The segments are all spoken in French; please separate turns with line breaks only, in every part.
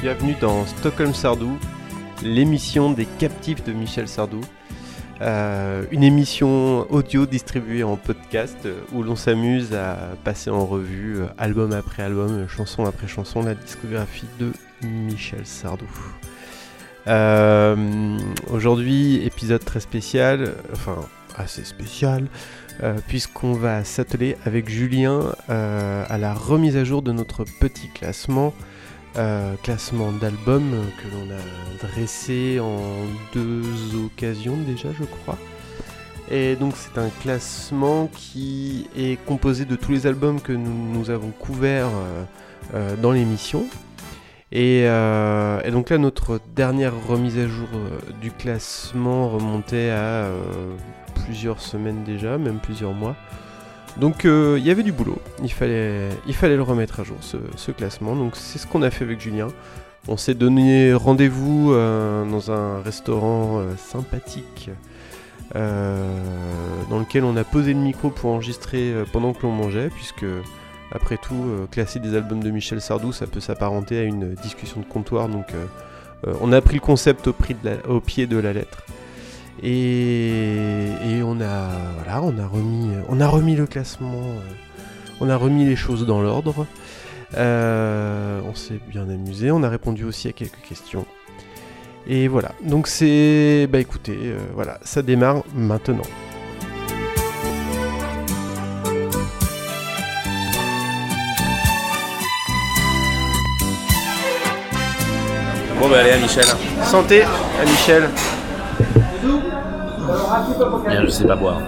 bienvenue dans Stockholm Sardou, l'émission des captifs de Michel Sardou. Euh, une émission audio distribuée en podcast euh, où l'on s'amuse à passer en revue euh, album après album, chanson après chanson, la discographie de Michel Sardou. Euh, Aujourd'hui, épisode très spécial, enfin assez spécial, euh, puisqu'on va s'atteler avec Julien euh, à la remise à jour de notre petit classement, euh, classement d'albums que l'on a dressé en deux occasions déjà, je crois. Et donc c'est un classement qui est composé de tous les albums que nous, nous avons couverts euh, euh, dans l'émission. Et, euh, et donc là, notre dernière remise à jour euh, du classement remontait à euh, plusieurs semaines déjà, même plusieurs mois. Donc euh, il y avait du boulot, il fallait, il fallait le remettre à jour, ce, ce classement. Donc c'est ce qu'on a fait avec Julien. On s'est donné rendez-vous euh, dans un restaurant euh, sympathique euh, dans lequel on a posé le micro pour enregistrer euh, pendant que l'on mangeait, puisque après tout, euh, classer des albums de Michel Sardou, ça peut s'apparenter à une discussion de comptoir. Donc, euh, euh, on a pris le concept au, prix de la- au pied de la lettre. Et, et on a, voilà, on a remis, on a remis le classement, euh, on a remis les choses dans l'ordre. Euh, on s'est bien amusé, on a répondu aussi à quelques questions. Et voilà. Donc c'est, bah écoutez, euh, voilà, ça démarre maintenant.
Bon bah allez à Michel.
Santé à Michel.
Bien, je sais pas boire.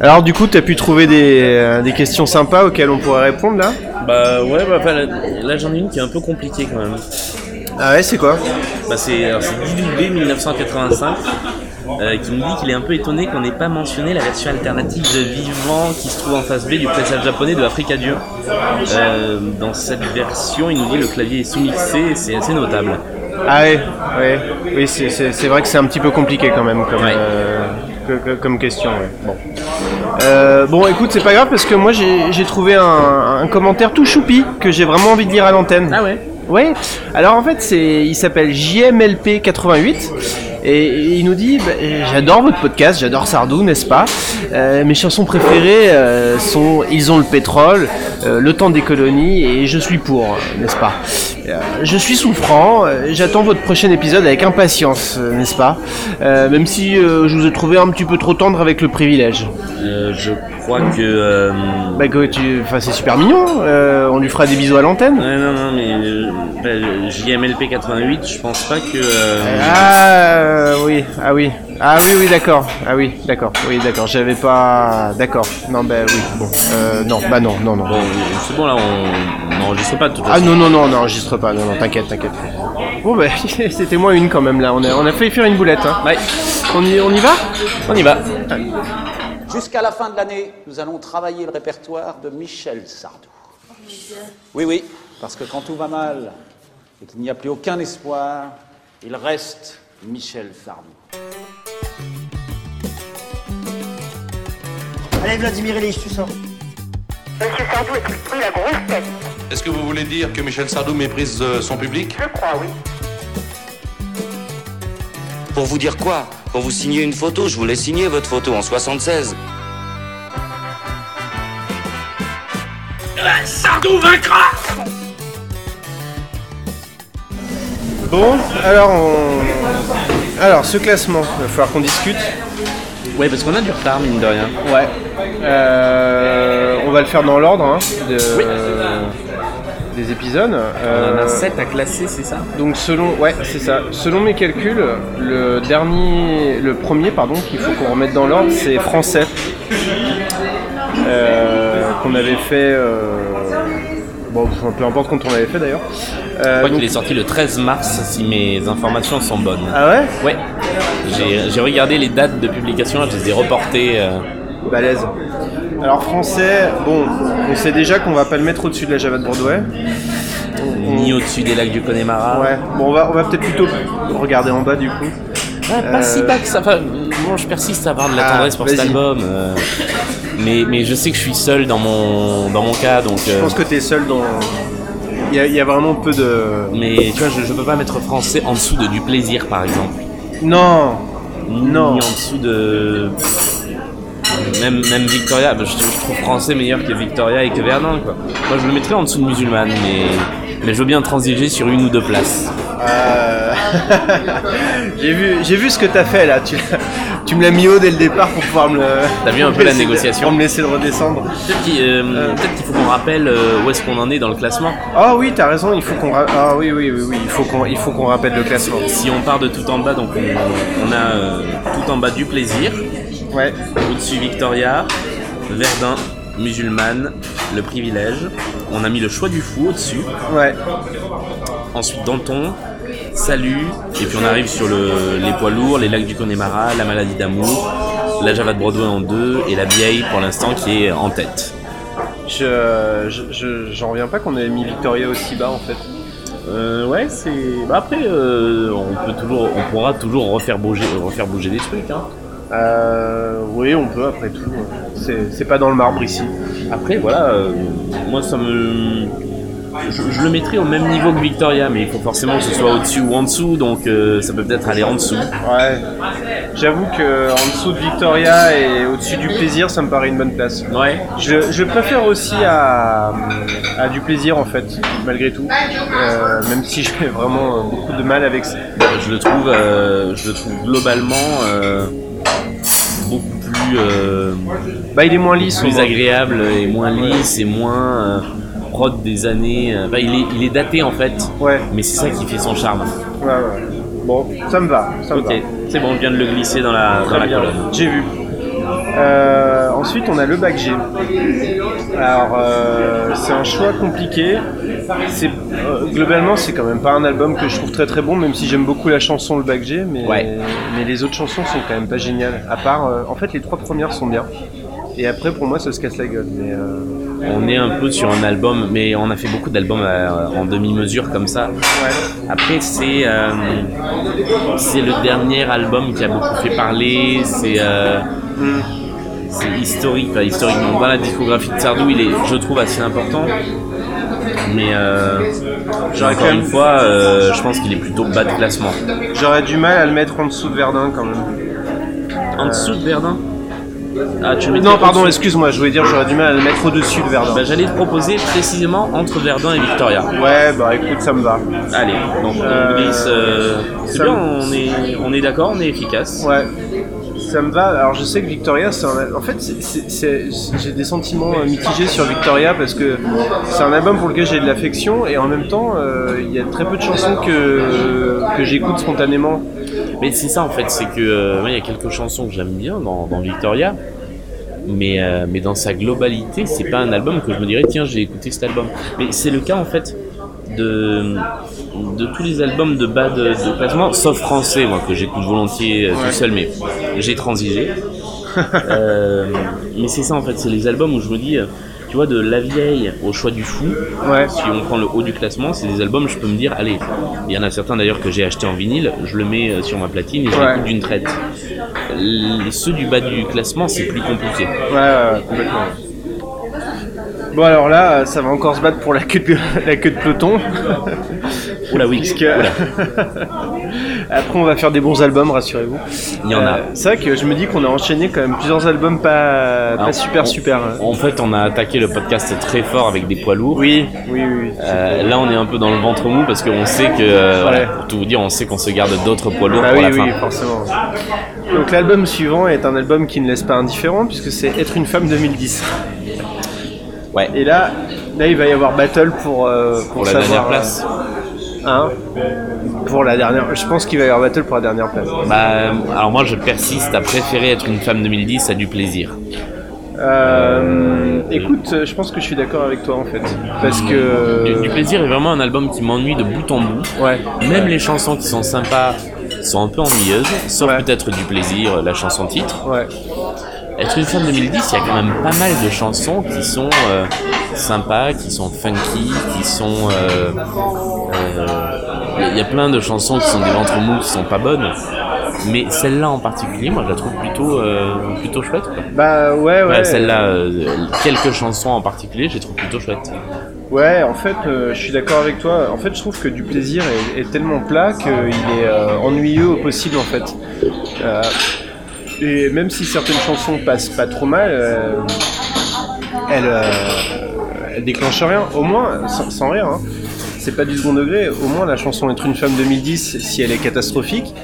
Alors du coup, t'as pu trouver des, euh, des questions sympas auxquelles on pourrait répondre là
Bah ouais, bah, enfin, là, là, j'en ai une qui est un peu compliquée quand même.
Ah ouais, c'est quoi
Bah c'est alors, c'est Guy Loubet, 1985 euh, qui me dit qu'il est un peu étonné qu'on n'ait pas mentionné la version alternative de Vivant qui se trouve en face B du pressage japonais de Africa Dieu. Euh, dans cette version, il nous dit le clavier est sous-mixé et c'est assez notable.
Ah ouais, ouais. Oui, c'est- c'est c'est vrai que c'est un petit peu compliqué quand même comme,
Ouais.
euh, que- que- comme question. ouais. Bon. Euh, bon, écoute, c'est pas grave parce que moi j'ai j'ai trouvé un, un commentaire tout choupi que j'ai vraiment envie de lire à l'antenne.
Ah ouais
Ouais. Alors en fait, c'est il s'appelle JMLP88 et il nous dit bah, euh, j'adore votre podcast, j'adore Sardou, n'est-ce pas Euh, Mes chansons préférées euh, sont Ils ont le pétrole, euh, Le temps des colonies et Je suis pour, euh, n'est-ce pas Euh, Je suis souffrant, euh, j'attends votre prochain épisode avec impatience, euh, n'est-ce pas Euh, Même si euh, je vous ai trouvé un petit peu trop tendre avec le privilège.
Euh, Je crois que... euh,
Bah que tu, enfin c'est super mignon. euh, on lui fera des bisous à l'antenne.
Ouais, non, non, mais euh, bah, JMLP 88, je pense pas que... euh,
Ah euh, oui, ah oui, ah oui, oui, d'accord, ah oui, d'accord, oui, d'accord, j'avais pas, d'accord, non, bah oui, bon, euh, non, bah non, non, non,
Bon, c'est bon là, on on n'enregistre pas de toute
ah
façon.
non, non, non, on n'enregistre pas, non, non, t'inquiète, t'inquiète. Bon, bah, c'était moins une quand même, là, on a, on a failli faire une boulette, hein.
Ouais,
On y, on y va
on y va.
Jusqu'à la fin de l'année, nous allons travailler le répertoire de Michel Sardou. Oui, oui, parce que quand tout va mal et qu'il n'y a plus aucun espoir, il reste Michel Sardou.
Allez Vladimir Ilyich, tu sors.
Monsieur Sardou est pris la grosse tête,
Est-ce que vous voulez dire que Michel Sardou méprise euh, son public
je crois, oui.
Pour vous dire quoi Pour vous signer une photo, je voulais signer votre photo en 76.
Bon, alors, on... Alors, ce classement, il va falloir qu'on discute.
Ouais, parce qu'on a du retard, mine de rien.
Ouais. Euh, on va le faire dans l'ordre, hein, de... des épisodes.
On en
Euh,
a 7 à classer, c'est ça
Donc selon, ouais, c'est ça. Selon mes calculs, le dernier, le premier, pardon, qu'il faut qu'on remette dans l'ordre, c'est français, Euh, qu'on avait fait. euh, Bon, enfin, peu importe quand on l'avait fait d'ailleurs. Euh,
Je crois
donc-
qu'il est sorti le 13 mars, si mes informations sont bonnes.
Ah ouais
Ouais, j'ai j'ai regardé les dates de publication, là, je les ai reportées. euh.
Balèze. Alors français, bon, on sait déjà qu'on va pas le mettre au-dessus de la Java de Broadway.
Mm. ni au-dessus des lacs du Connemara. Ah.
Ouais. Bon, on va, on va peut-être plutôt regarder en bas du coup.
Pas, pas si bas que ça. Enfin, bon, je persiste à avoir de la
Ah,
tendresse pour cet
vas-y.
album. euh, mais, mais je sais que je suis seul dans mon, dans mon cas, donc.
Je
euh,
pense que t'es seul dans. Il y, a- il y a vraiment peu de.
Mais tu vois, je, je peux pas mettre français en dessous de du plaisir, par exemple.
Non Non.
Ni en dessous de. Même, même Victoria, bah, je, je trouve français meilleur que Victoria et que Verdun, quoi. Moi, je le mettrais en dessous de musulmane, mais, mais je veux bien transiger sur une ou deux places.
Euh, j'ai vu, j'ai vu ce que t'as fait là. Tu, tu me l'as mis haut dès le départ pour pouvoir me. le-
T'as vu un peu
me
la
laisser-
négociation
Pour me laisser le redescendre.
Peut-être qu'il euh, peut-être qu'il faut qu'on rappelle euh, où est-ce qu'on en est dans le classement.
Ah oui, t'as raison. Il faut qu'on. ra- Ah oui, oui, oui, oui, Il faut qu'on, il faut qu'on rappelle le classement.
Si on part de tout en bas, donc on, on a euh, tout en bas du plaisir,
Ouais.
au-dessus Victoria, Verdun, musulmane, le privilège. On a mis le choix du fou au-dessus.
Ouais.
Ensuite Danton, Salut, et puis on arrive sur le- les poids lourds, les lacs du Connemara, la maladie d'amour, la Java de Broadway en deux et la vieille pour l'instant qui est en tête.
Je, je- je- j'en reviens pas qu'on ait mis Victoria aussi bas en fait.
Euh, ouais, c'est. Bah après, euh, on peut toujours, on pourra toujours refaire bouger, euh, refaire bouger des trucs. Hein.
Euh, oui, on peut après tout. C'est, c'est pas dans le marbre ici.
Après, voilà, euh, moi ça me. Je, je le mettrais au même niveau que Victoria, mais il faut forcément que ce soit au-dessus ou en dessous, donc euh, ça peut peut-être aller en dessous.
Ouais. J'avoue que en dessous de Victoria et au-dessus du plaisir, ça me paraît une bonne place.
Ouais.
Je, je préfère aussi à, à du plaisir en fait, malgré tout. Euh, même si j'ai vraiment euh, beaucoup de mal avec ça.
je le trouve, euh, je le trouve globalement euh, beaucoup plus, euh,
Bah il est moins lisse. au
plus
moins.
agréable et moins lisse et moins euh, prod des années. euh, bah, il, est, il est daté en fait,
Ouais,
mais c'est ça qui fait son charme.
ouais, ouais. Bon, ça me va, ça me
Ok, c'est bon, on vient de le glisser dans la, dans la
va. Très bien.
colonne.
J'ai vu. Euh, ensuite, on a le bac G. Alors, euh, c'est un choix compliqué. C'est euh, globalement, c'est quand même pas un album que je trouve très très bon, même si j'aime beaucoup la chanson le bac G, mais
Ouais.
mais les autres chansons sont quand même pas géniales. À part, euh, en fait, les trois premières sont bien. Et après, pour moi, ça se casse la gueule. Mais euh,
On est un peu sur un album, mais on a fait beaucoup d'albums euh, en demi-mesure comme ça. Après, c'est euh, c'est le dernier album qui a beaucoup fait parler. C'est euh, c'est historique, enfin, historiquement. Dans la discographie de Sardou, il est, je trouve, assez important. Mais euh,
J'aurais
encore
quand même-
une fois, euh, je pense qu'il est plutôt bas de classement.
J'aurais du mal à le mettre en dessous de Verdun quand même.
En dessous de Verdun Ah, tu le mettrais
Non, pardon,
au-dessus
excuse-moi, je voulais dire j'aurais du mal à le mettre au-dessus de Verdun.
Bah, J'allais te proposer précisément entre Verdun et Victoria.
Ouais, bah écoute, ça me va.
Allez, donc on
Euh,
glisse. euh, c'est
ça
bien,
me-
on est, on est d'accord, on est efficace.
Ouais. Ça me va. Alors je sais que Victoria, c'est un... en fait, c'est- c'est- c'est- j'ai des sentiments euh, mitigés sur Victoria parce que c'est un album pour lequel j'ai de l'affection et en même temps, euh, il y a très peu de chansons que, que j'écoute spontanément.
Mais c'est ça en fait, c'est que euh, moi, il y a quelques chansons que j'aime bien dans, dans Victoria, mais, euh, mais dans sa globalité, c'est pas un album que je me dirais tiens j'ai écouté cet album. Mais c'est le cas en fait de, de tous les albums de bas de, de classement, sauf français moi que j'écoute volontiers euh, tout seul, mais j'ai transigé. Euh, mais c'est ça en fait, c'est les albums où je me dis, euh, tu vois, de La Vieille au Choix du Fou,
Ouais.
si on prend le haut du classement, c'est des albums, je peux me dire, allez, il y en a certains d'ailleurs que j'ai acheté en vinyle, je le mets euh, sur ma platine et je
Ouais.
l'écoute d'une traite. Les- ceux du bas du classement, c'est plus compliqué.
Ouais, ouais, complètement. Bon alors là, euh, ça va encore se battre pour la queue de, la queue de peloton.
Oula oui,
Puisque-
Oula.
Après, on va faire des bons albums, rassurez-vous.
il y en a.
Euh, c'est vrai que je me dis qu'on a enchaîné quand même plusieurs albums pas, pas
Alors,
Ah, super
on-
super. hein.
En fait, on a attaqué le podcast très fort avec des poids lourds.
Oui, oui, oui. oui.
Euh, là, on est un peu dans le ventre mou parce qu'on sait que, euh, voilà,
Ouais.
pour tout vous dire, on sait qu'on se garde d'autres poids lourds
Bah
pour la
oui, oui,
fin.
forcément. Donc l'album suivant est un album qui ne laisse pas indifférent puisque c'est Être une femme 2010.
Ouais.
Et là, là il va y avoir battle pour euh,
Pour
pour,
la
savoir,
dernière
euh,
place.
hein, pour la dernière. Je pense qu'il va y avoir battle pour la dernière place.
Bah, alors moi, je persiste à préférer être une femme 2010 à du plaisir.
Euh, écoute, euh, je pense que je suis d'accord avec toi en fait parce
Du, du
que
plaisir est vraiment un album qui m'ennuie de bout en bout.
Euh. ouais.
Même les chansons qui sont sympas sont un peu ennuyeuses, sauf
Ouais.
peut-être du plaisir, la chanson titre.
Ouais,
Être une femme 2010, il y a quand même pas mal de chansons qui sont euh, sympas, qui sont funky, qui sont. euh, euh, Il y a plein de chansons qui sont des ventres mous, qui sont pas bonnes. Mais celle-là en particulier, moi je la trouve plutôt, euh, plutôt chouette. quoi.
Bah ouais, ouais.
Ouais, celle-là, euh, quelques chansons en particulier, je les trouve plutôt chouettes.
Ouais, en fait, euh, je suis d'accord avec toi. En fait, je trouve que du plaisir est, est tellement plat qu'il est euh, ennuyeux au possible, en fait. Euh, et même si certaines chansons passent pas trop mal, euh, elles, euh, elles déclenchent rien. Au moins, sans, sans rire, hein, c'est pas du second degré. Au moins, la chanson Être une femme 2010, si elle est catastrophique,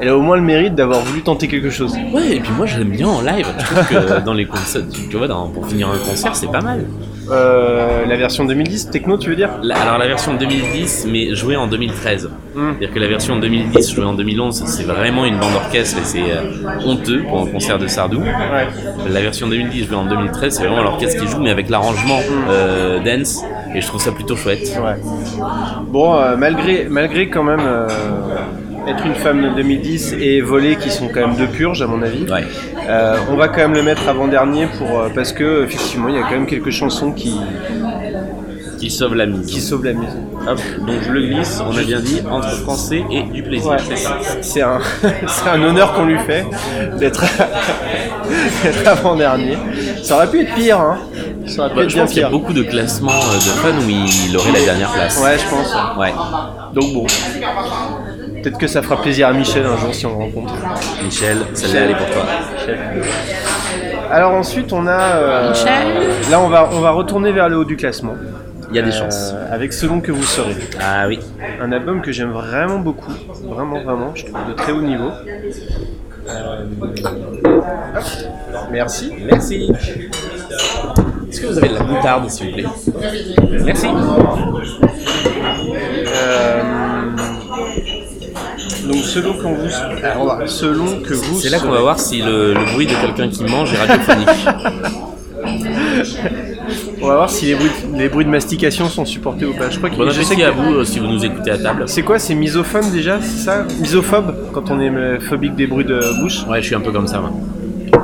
elle a au moins le mérite d'avoir voulu tenter quelque chose.
Ouais, et puis moi j'aime bien en live. Je trouve que dans les concerts, tu tu vois, dans- pour finir un concert, c'est pas mal.
Euh, la version 2010, techno, tu veux dire
La- alors la version de 2010, mais jouée en 2013.
Hmm.
C'est-à-dire que la version de 2010 jouée en 2011, c'est vraiment une bande orchestre et c'est euh, honteux pour un concert de Sardou.
Ouais.
La version 2010 jouée en 2013, c'est vraiment l'orchestre qui joue, mais avec l'arrangement euh, dance. Et je trouve ça plutôt chouette.
Ouais. Bon, euh, malgré, malgré quand même euh, être une femme de 2010 et voler qui sont quand même deux purges à mon avis,
Ouais.
euh, on va quand même le mettre avant dernier pour euh, parce que effectivement il y a quand même quelques chansons qui,
Qui sauve la mise.
qui sauvent la musique.
Hop, donc je le glisse, on a bien dit, entre français et du plaisir. C'est ça.
C'est un, c'est un honneur qu'on lui fait d'être, d'être avant dernier. Ça aurait pu être pire, hein. Ça aurait pu
Bah,
être
je
bien
pense qu'il y a
pire.
beaucoup de classements euh, de fans où il aurait la dernière place.
Ouais, je pense.
Ouais.
Donc bon, peut-être que ça fera plaisir à Michel un jour si on le rencontre.
Michel, celle-là elle est pour toi.
Alors ensuite, on a. euh, là, on va, on va retourner vers le haut du classement.
Il y a des
Euh,
chances.
avec Selon que vous serez.
Ah oui.
Un album que j'aime vraiment beaucoup. Vraiment, vraiment. Je trouve de très haut niveau. Euh, hop, Merci.
Merci. Est-ce que vous avez de la moutarde, s'il vous plaît Merci.
Euh, donc, selon que vous, alors, on va- selon que vous
C'est là qu'on
serez.
va voir si le, le bruit de quelqu'un qui mange est radiophonique.
On va voir si les bruits, les bruits de mastication sont supportés ou pas. Je crois que
Bon
je sais
appétit
que-
à vous euh, si vous nous écoutez à table.
C'est quoi C'est misophone déjà C'est ça Misophobe Quand on est euh, phobique des bruits de bouche
Ouais, je suis un peu comme ça. moi.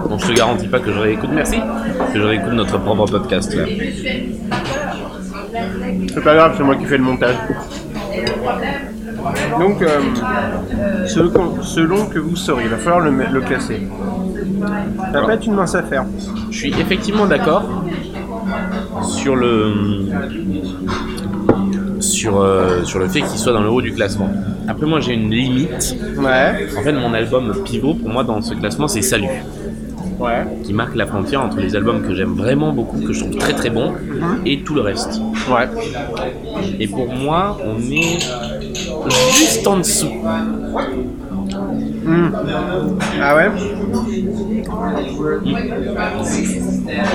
Bon, je te garantis pas que je réécoute. Merci. Que je réécoute notre propre podcast. là.
C'est pas grave, c'est moi qui fais le montage. Donc, euh, selon, selon que vous saurez, il va falloir le, le classer. Ça va pas être une mince affaire.
Je suis effectivement d'accord sur le sur, euh, sur le fait qu'il soit dans le haut du classement. Après moi j'ai une limite.
Ouais,
En fait mon album pivot pour moi dans ce classement c'est Salut
ouais.
qui marque la frontière entre les albums que j'aime vraiment beaucoup que je trouve très très bons et tout le reste.
Ouais.
Et pour moi on est juste en dessous.
Ah ouais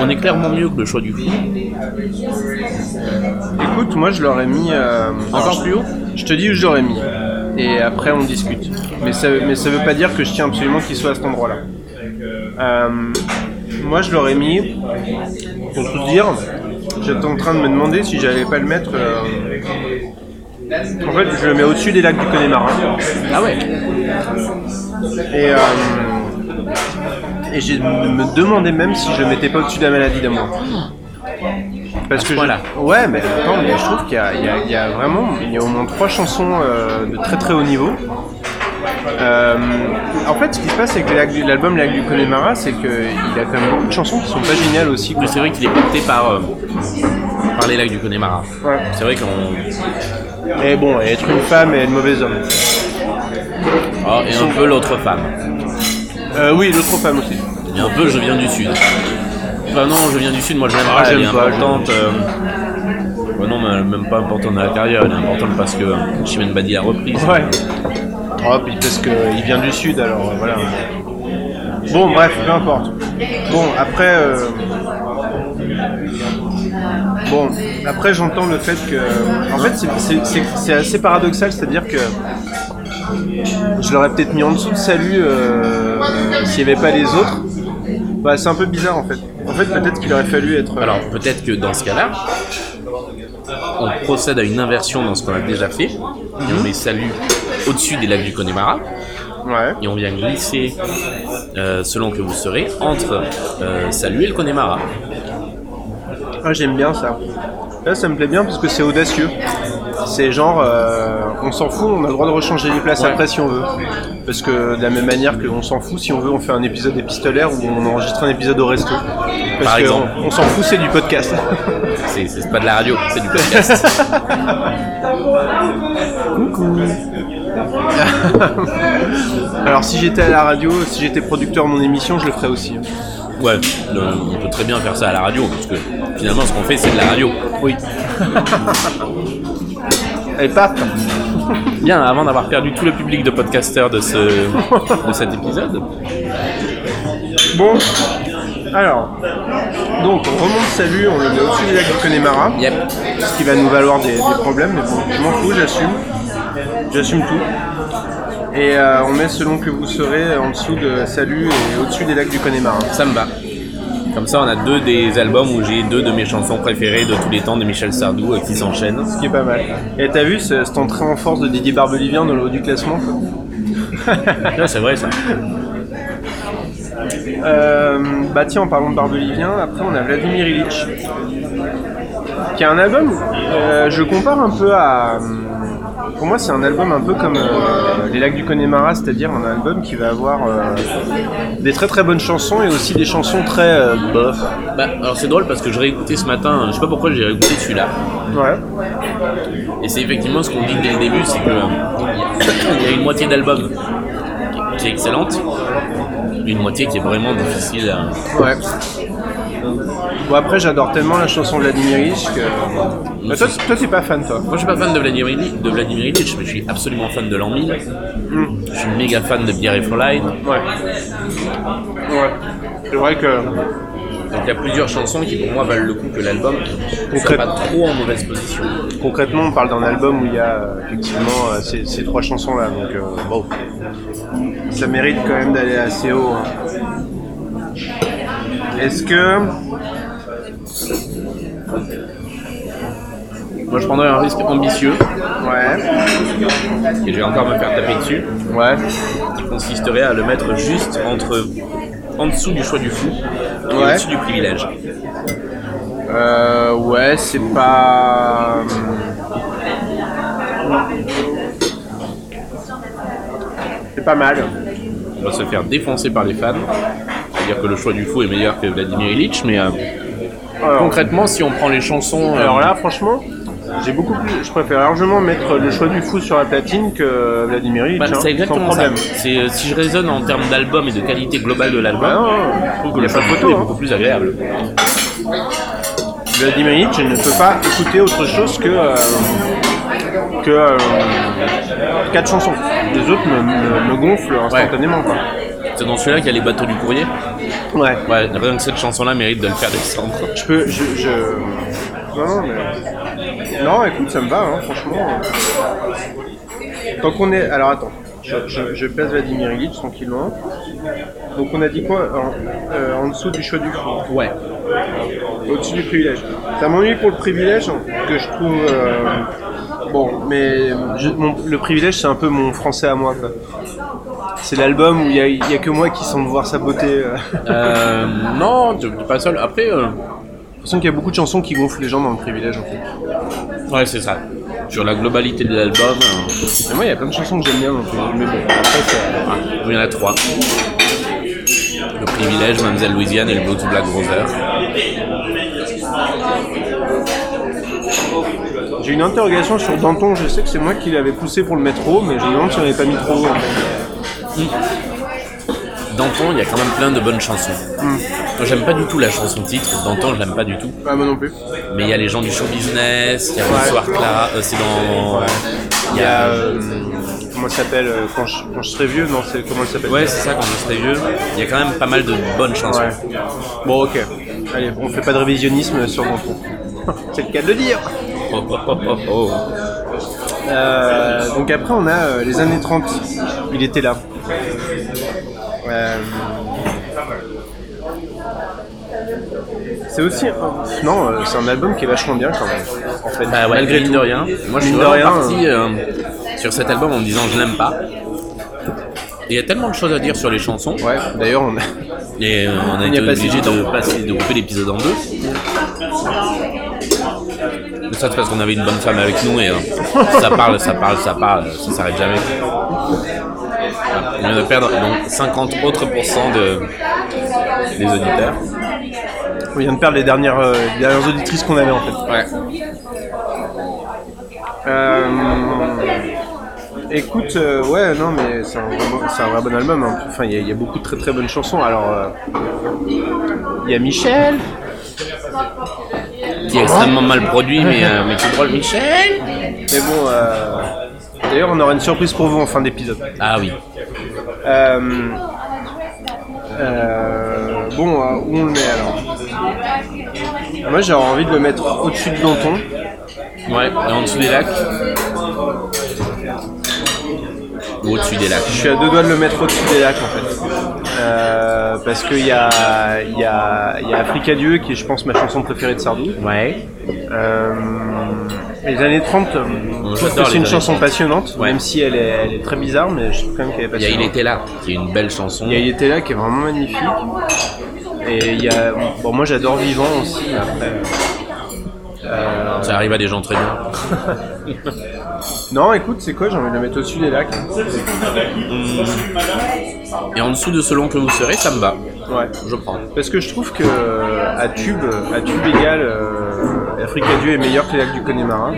On est clairement mieux que le choix du fou.
Écoute, moi je l'aurais mis. euh,
Encore plus haut
Je te dis où je l'aurais mis. Et après on discute. Mais ça, mais ça veut pas dire que je tiens absolument qu'il soit à cet endroit-là. Euh, moi je l'aurais mis. Pour tout dire, j'étais en train de me demander si j'allais pas le mettre. euh, En fait, je le mets au-dessus des lacs du Connemara.
Ah ouais.
Et, euh, et je me demandais même si je le mettais pas au-dessus de la maladie d'amour. Parce que je-
point-là.
ouais, mais attends, mais je trouve qu'il y, a- il y a- il y a vraiment, il y a au moins trois chansons euh, de très très haut niveau. Euh, en fait, ce qui se passe avec les lacs du- l'album Lac du Connemara, c'est qu'il a quand même beaucoup de chansons qui sont pas géniales aussi. quoi.
Mais c'est vrai qu'il est porté par euh, par les lacs du Connemara.
Ouais.
C'est vrai qu'on
Et Eh bon, et être une femme et être mauvais homme.
Oh, et un peu l'autre femme.
Euh, oui, l'autre femme aussi.
Et un peu je viens du sud. Enfin non, je viens du sud, moi je l'aime
Ah,
pas, elle est
j'aime pas,
importante. euh, bah non, mais elle est même pas importante à l'intérieur, elle est importante parce que euh, Chimène Badi l'a reprise.
Ouais. Oh, puis parce qu'il vient du sud, alors euh, voilà. Bon, bref, peu importe. Bon, après. euh, Bon, après, j'entends le fait que. En fait, c'est- c'est- c'est c'est assez paradoxal, c'est-à-dire que. Je l'aurais peut-être mis en dessous de salut euh, s'il n'y avait pas les autres. Bah, c'est un peu bizarre en fait. En fait, peut-être qu'il aurait fallu être. euh,
Alors peut-être que dans ce cas-là, on procède à une inversion dans ce qu'on a déjà fait. Et on met salut au-dessus des lacs du Connemara.
Ouais.
Et on vient glisser, euh, selon que vous serez, entre euh, salut et le Connemara.
Ah, j'aime bien ça. Là, ça me plaît bien parce que c'est audacieux. C'est genre, euh, on s'en fout, on a le droit de rechanger les places
Ouais.
après si on veut. Parce que de la même manière qu'on s'en fout, si on veut, on fait un épisode épistolaire ou on enregistre un épisode au resto. Parce
Par
que
exemple.
on, on s'en fout, c'est du podcast.
C'est c'est pas de la radio, c'est du podcast.
Alors si j'étais à la radio, si j'étais producteur de mon émission, je le ferais aussi.
ouais, le- on peut très bien faire ça à la radio, parce que finalement, ce qu'on fait, c'est de la radio.
Oui. Allez, pape
Bien, avant d'avoir perdu tout le public de podcasteurs de, ce, de cet épisode,
Bon, alors, donc on remonte Salut, on le met au-dessus du lac de Connemara,
Yep.
ce qui va nous valoir des, des problèmes, mais bon, je m'en fous, j'assume, j'assume tout. Et euh, on met selon que vous serez en dessous de Salut et au-dessus des lacs du Connemara.
ça me va. Comme ça, on a deux des albums où j'ai deux de mes chansons préférées de tous les temps de Michel Sardou euh, qui s'enchaînent.
Ce qui est pas mal. Et t'as vu ce- cette entrée en force de Didier Barbelivien dans le haut du classement
Ouais, Ah, c'est vrai ça.
Euh, bah tiens, en parlant de Barbelivien, après on a Vladimir Ilitch, qui a un album, euh, je compare un peu à... euh, Pour moi c'est un album un peu comme euh, Les Lacs du Connemara, c'est-à-dire un album qui va avoir euh, des très très bonnes chansons et aussi des chansons très euh, bof.
Bah, alors c'est drôle parce que je réécoutais ce matin, je sais pas pourquoi j'ai réécouté celui-là.
Ouais.
Et c'est effectivement ce qu'on dit dès le début, c'est que euh, il y a une moitié d'album qui est excellente, une moitié qui est vraiment difficile à.
Ouais. Bon après j'adore tellement la chanson de Vladimir Ilitch que... Bah, toi t- toi, t'es pas fan toi.
Moi je suis pas fan de Vladimir, Ili- de Vladimir Ilitch, mais je suis absolument fan de l'an 1000.
Mm.
Je suis méga fan de Pierre et Fräulein.
Ouais. Ouais. C'est vrai que...
Donc il y a plusieurs chansons qui pour moi valent le coup que l'album. ne
Concrète-
soit pas trop en mauvaise position.
Concrètement, on parle d'un album où il y a euh, effectivement euh, ces, ces trois chansons là, donc euh, bon, ça mérite quand même d'aller assez haut. hein. Est-ce que
Moi je prendrais un risque ambitieux,
ouais,
et je vais encore me faire taper dessus,
ouais,
qui consisterait à le mettre juste entre en dessous du choix du fou et
Ouais.
au-dessus du privilège.
euh, ouais, c'est pas. hum, C'est pas mal.
On va se faire défoncer par les fans. C'est-à-dire que le choix du fou est meilleur que Vladimir Ilitch, mais euh,
Alors,
concrètement, si on prend les chansons. euh,
alors là, franchement, j'ai beaucoup plus. Je préfère largement mettre le choix du fou sur la platine que Vladimir Ilitch,
bah,
hein,
c'est
sans
exactement ça.
problème.
C'est, euh, si je raisonne en termes d'album et de qualité globale de l'album,
Bah non, je trouve que
il n'y
le
a pas
choix
de photo
du fou
est
est
beaucoup plus agréable.
Vladimir Ilitch ne peut pas écouter autre chose que, euh, que euh, quatre chansons. Les autres me, me- me gonflent instantanément.
C'est dans celui-là qu'il y a les bateaux du courrier.
Quoi. Ouais.
Ouais, rien que cette chanson-là mérite de le faire descendre.
Je peux. Je, je... Non, non, mais- non, écoute, ça me va, hein, franchement. Tant qu'on est. Alors attends, je, je, je place Vladimir Ilitch tranquillement. Donc on a dit quoi en, euh, en dessous du choix du fond
Ouais.
Au-dessus du privilège. Ça m'ennuie pour le privilège hein, que je trouve. euh, Bon, mais je- mon- le privilège, c'est un peu mon français à moi. quoi. C'est l'album où il n'y a, il y a que moi qui semble voir sa beauté. euh. J'ai
Euh, non, tu t'es pas seul. Après, euh,
l'impression qu'il y a beaucoup de chansons qui gonflent les gens dans le privilège en fait.
ouais, c'est ça. Sur la globalité de l'album, euh,
Mais moi, il y a plein de chansons que j'aime bien dans le privilège. Mais bon, après, ça-
ah, il y en a trois. Le privilège, Mademoiselle Louisiane et le Blues du Black Rover.
euh, J'ai une interrogation sur Danton. Je sais que c'est moi qui l'avais poussé pour le mettre haut, mais je me demande si on l'avait pas mis trop haut. en fait.
Danton, il y a quand même plein de bonnes chansons. Moi, J'aime pas du tout la chanson titre. Danton, je l'aime pas du tout.
Ah, moi non plus.
Mais il y a les gens du show business, il y a Bonsoir Clara, euh, c'est dans.
Il y a. euh, comment ça s'appelle euh, quand je, quand je serai vieux Non, c'est comment ça s'appelle
Ouais, c'est ça, quand on serait vieux, il y a quand même pas mal de bonnes chansons.
Ouais. Bon, ok. Allez, on fait pas de révisionnisme sur mon fond. C'est le cas de le dire.
Oh, oh, oh, oh, oh.
Euh, donc après, on a euh, les années 30. Il était là. Euh, C'est aussi. un- Non, euh, c'est un album qui est vachement bien quand même. En fait,
Bah ouais,
malgré
mine
tout.
de rien. Moi, je suis
Mine de
vraiment
rien,
parti euh, sur cet album en me disant je l'aime pas. Et Il y a tellement de choses à dire sur les chansons.
Ouais, d'ailleurs, on a.
Et euh, on a
n'y a
été
pas si
obligé de
longtemps.
passer, de couper l'épisode en deux. Mais ça, c'est parce qu'on avait une bonne femme avec nous et euh, ça parle, ça parle, ça parle, ça s'arrête jamais. On vient de perdre donc 50 autres pourcents de, des auditeurs.
On vient de perdre les dernières, euh, les dernières auditrices qu'on avait en fait.
Ouais.
Euh, écoute, euh, ouais, non, mais c'est un, vrai bon- c'est un vrai bon album. hein. Enfin, il y, a- il y a beaucoup de très très bonnes chansons. Alors, euh, il y a Michel.
Qui est extrêmement mal produit, mais, euh, mais qui est drôle, Michel.
Mais bon, euh, d'ailleurs, on aura une surprise pour vous en fin d'épisode.
Ah oui.
Euh, euh, bon, euh, où on le met alors Moi, j'aurais envie de le mettre au-dessus de Danton.
Ouais, et en dessous des lacs. Ou au-dessus des lacs.
Je suis à deux doigts de le mettre au-dessus des lacs en fait. Euh, parce qu'il y a, il y, a, il y a Africa Dieu qui est, je pense, ma chanson préférée de Sardou.
Ouais.
Euh, les années 30, euh,
j'adore
je trouve que c'est
les
une
années
chanson
30.
passionnante,
Ouais.
même si elle est, elle est très bizarre, mais je trouve quand même
Il
qu'elle est
y a Il
passionnante.
était là, qui est une belle chanson.
Il y a Il était là qui est vraiment magnifique. Et il y a. Bon, moi j'adore Vivant aussi, mais après. euh,
Ça arrive à des gens très bien.
Non, écoute, c'est quoi J'ai envie de la mettre au-dessus des lacs.
Et en dessous de selon que vous serez, ça me va.
Ouais.
Je prends.
Parce que je trouve que euh, à tube, à tube égal, euh, Africa Dieu est meilleur que les lacs du Connemara.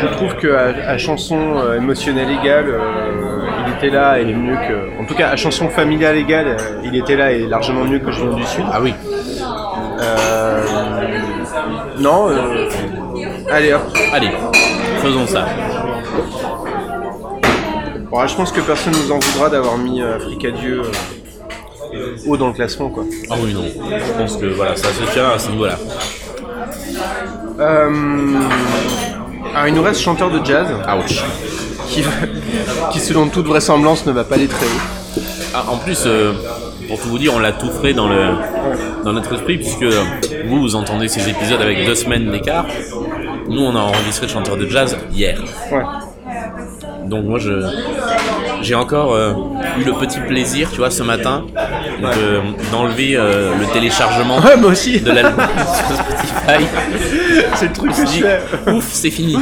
Je trouve que à, à chanson euh, émotionnelle égale, euh, il était là et il est mieux que. En tout cas, à chanson familiale égale, euh, il était là et est largement mieux que Je viens du Sud.
Ah oui.
Euh, non. euh, Allez hop.
Allez, faisons ça.
Bon, alors, je pense que personne nous en voudra d'avoir mis euh, Africa Dieu euh, haut dans le classement quoi.
Ah oui, non. Je pense que voilà, ça se tient à ce niveau-là.
Euh, Alors Ah, il nous reste chanteur de jazz.
Ouch.
qui, qui selon toute vraisemblance ne va pas aller très haut.
Ah, en plus, euh, pour tout vous dire, on l'a tout frais dans, le, dans notre esprit, puisque vous, vous entendez ces épisodes avec deux semaines d'écart. Nous, on a enregistré le chanteur de jazz hier.
Ouais.
Donc moi je j'ai encore euh, eu le petit plaisir, tu vois, ce matin de- d'enlever euh, le téléchargement
Ouais, moi aussi.
de l'album sur Spotify.
C'est le truc
Je
que
me
je
suis
fais.
dit, Ouf, c'est fini.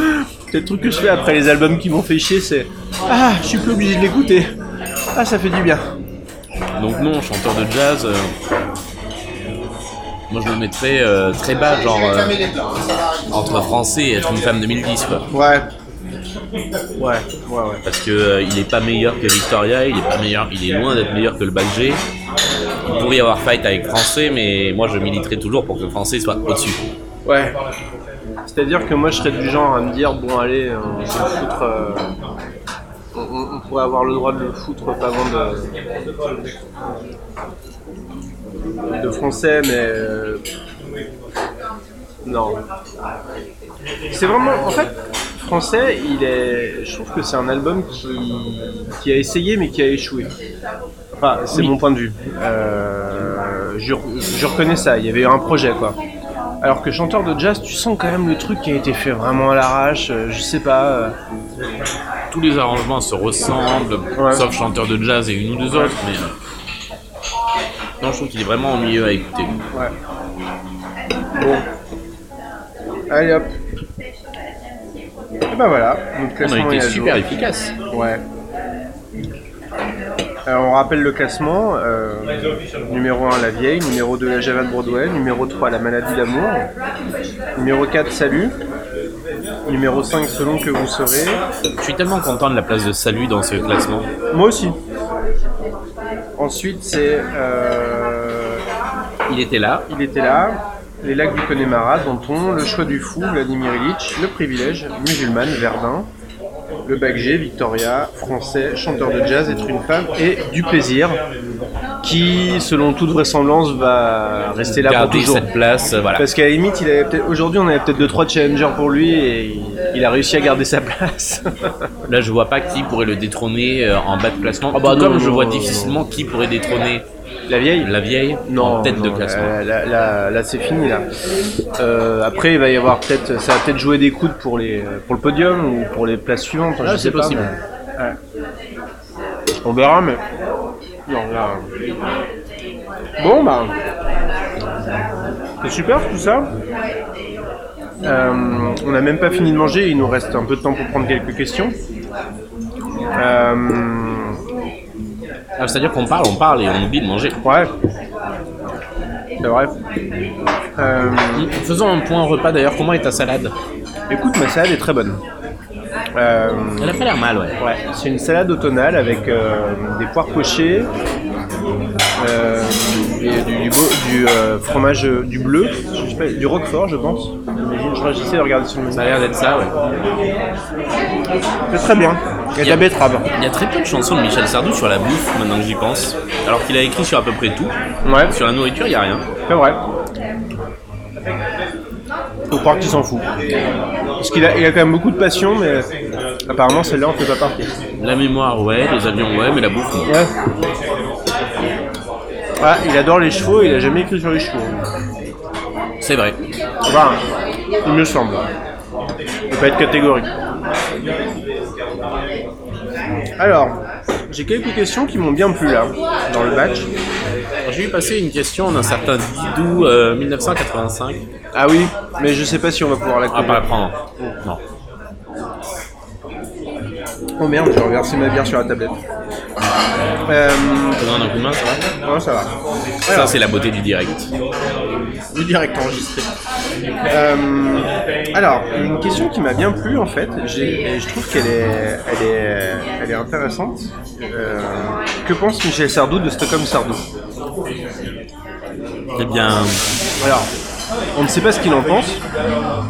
C'est le truc que je fais après les albums qui m'ont fait chier, c'est ah, je suis plus obligé de l'écouter. Ah, ça fait du bien.
Donc non, chanteur de jazz. euh, moi je le mettrais euh, très bas, genre euh, entre français et être une femme 2010 quoi.
Ouais. Ouais, ouais, ouais.
Parce que euh, il est pas meilleur que Victoria, il est pas meilleur, il est loin d'être meilleur que le bac G. Il pourrait y avoir fight avec français, mais moi je militerai toujours pour que français soit au-dessus.
Ouais. C'est-à-dire que moi, je serais du genre à me dire bon, allez, euh, on va le foutre. euh, on- on, on pourrait avoir le droit de le foutre pas avant de. de français, mais. euh, Non. C'est vraiment. En fait, français, il est. Je trouve que c'est un album qui, qui a essayé, mais qui a échoué. Enfin, c'est mon point de vue. Euh, je, je reconnais ça, il y avait un projet quoi. Alors que chanteur de jazz, tu sens quand même le truc qui a été fait vraiment à l'arrache, euh, je sais pas. euh,
tous les arrangements se ressemblent,
Ouais.
sauf chanteur de jazz et une ou deux autres, mais. euh, Non, je trouve qu'il est vraiment ennuyeux à écouter.
ouais. Bon. Allez hop. Et ben voilà, notre
On
classement
a été
est à jour.
super efficace.
Ouais. Alors on rappelle le classement. euh, numéro 1 La Vieille, numéro 2 La Java de Broadway, numéro 3 La Maladie d'Amour, numéro 4 Salut, numéro 5 Selon que vous serez.
Je suis tellement content de la place de Salut dans ce classement.
Moi aussi. Ensuite c'est euh,
Il était là.
Il était là, Les lacs du Connemara, Danton, Le choix du fou, Vladimir Ilitch, Le privilège, Musulmane, Verdun, Le bac G, Victoria, Français, chanteur de jazz, être une femme et du plaisir, qui selon toute vraisemblance va rester là pour
Garder
toujours.
cette place, euh, voilà.
Parce qu'à la limite, il avait peut-être aujourd'hui, on avait peut-être deux trois challengers pour lui et il- il a réussi à garder sa place.
Là, je vois pas qui pourrait le détrôner euh, en bas de classement.
bah
Tout
non,
comme je
non,
vois
non,
difficilement qui pourrait détrôner
La vieille.
la vieille en tête de
non,
classement.
Là, là, là- là, c'est fini là. Euh, après, il va y avoir peut-être, ça va peut-être jouer des coudes pour les, pour le podium ou pour les places suivantes. hein,
Ah,
je sais
c'est
pas,
possible.
mais- ouais. On verra, mais non là. Bon bah, c'est super tout ça. Euh, on n'a même pas fini de manger, il nous reste un peu de temps pour prendre quelques questions. Euh,
Ah, C'est-à-dire qu'on parle, on parle et on oublie de manger.
ouais. C'est vrai. Euh,
Mm. Faisons un point repas d'ailleurs, comment est ta salade
écoute, ma salade est très bonne. Euh,
Elle a pas l'air mal, ouais.
ouais, c'est une salade automnale avec euh, des poires pochées, euh, et du, du beau- du, euh, fromage euh, du bleu, je sais pas, du roquefort, je pense. J'imagine, Je réagissais de regarder sur le
Ça a
message.
l'air d'être ça, ouais.
C'est très bien. Il y a de la betterave.
Il y a très peu de chansons de Michel Sardou sur la bouffe, maintenant que j'y pense. Alors qu'il a écrit sur à peu près tout.
Ouais,
Sur la nourriture, il n'y a rien.
c'est vrai. Faut croire qu'il s'en fout. Parce qu'il a, il a quand même beaucoup de passion, mais apparemment celle-là en fait pas partie.
La mémoire, ouais, les avions, ouais, mais la bouffe, non.
Ouais. Ah, il adore les chevaux, il a jamais écrit sur les chevaux.
C'est vrai.
Enfin, Bah, il me semble. Il peut pas être catégorique. Alors, j'ai quelques questions qui m'ont bien plu là, dans le batch.
Alors, J'ai vu passer une question d'un certain Didou euh, 1985.
Ah oui, mais je sais pas si on va pouvoir la
Ah, pas la
couvrir.
prendre. Non.
Oh merde, j'ai renversé ma bière sur la tablette. Euh,
Faisons un coup de main, ça va
non, ça va.
Ça, c'est la beauté du direct.
Le direct enregistré. Euh, alors, une question qui m'a bien plu en fait, j'ai- et je trouve qu'elle est, elle est, elle est intéressante. Euh, que pense Michel Sardou de Stockholm Sardou
Eh bien,
Alors, on ne sait pas ce qu'il en pense,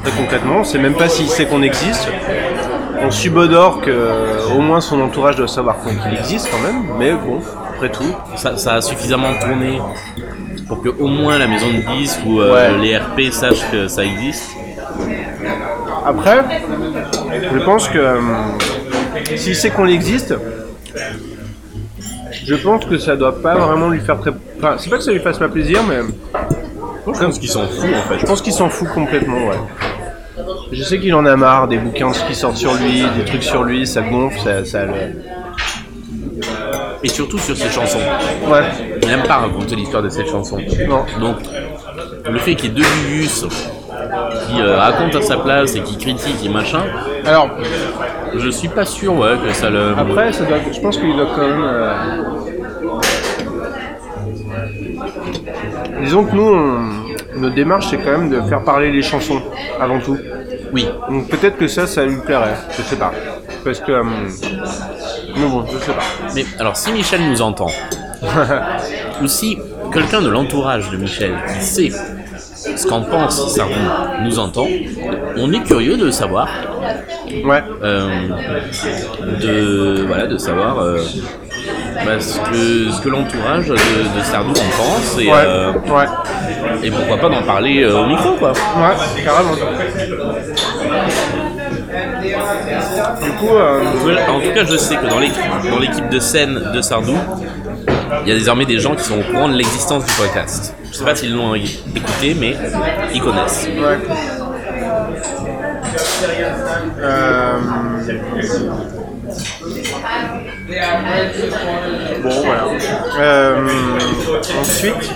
très concrètement, on ne sait même pas s'il sait qu'on existe. On subodore que euh, au moins son entourage doit savoir qu'on- qu'il existe quand même, mais bon, après tout.
ça, ça a suffisamment tourné pour que au moins la maison de disques ou euh,
Ouais.
les RP sachent que ça existe.
Après, je pense que euh, s'il sait qu'on existe, je pense que ça doit pas vraiment lui faire très. Enfin, c'est pas que ça lui fasse pas plaisir, mais
Je pense qu'ils s'en foutent, en
je
fait.
pense qu'il s'en fout complètement, ouais. Je sais qu'il en a marre des bouquins qui sortent sur lui, des trucs sur lui, ça gonfle, ça, ça le.
Et surtout sur ces chansons.
Ouais,
Il n'aime pas raconter l'histoire de cette chanson.
Non.
Donc, le fait qu'il y ait deux Gugus qui euh, racontent à sa place et qui critiquent et machin,
alors
je suis pas sûr ouais, que ça le.
après, ça doit... je pense qu'il doit quand même. euh, Disons que nous, on- notre démarche, c'est quand même de faire parler les chansons avant tout.
Oui.
Donc peut-être que ça, ça lui plairait, je sais pas. Parce que. euh, Mais bon, je sais pas.
Mais alors, si Michel nous entend, ou si quelqu'un de l'entourage de Michel qui sait ce qu'en pense Sardou nous entend, on est curieux de savoir.
Ouais,
euh, de, voilà, de savoir. euh, bah, ce que, ce que l'entourage de, de Sardou en pense et,
ouais,
euh,
ouais,
et pourquoi pas d'en parler euh, au micro quoi.
ouais, carrément. Du coup, euh,
Voilà, En tout cas, je sais que dans l'équipe, dans l'équipe de scène de Sardou, il y a désormais des gens qui sont au courant de l'existence du podcast. Je sais pas s'ils l'ont écouté, mais ils connaissent.
ouais. Euh, Bon, voilà. Euh, Ensuite,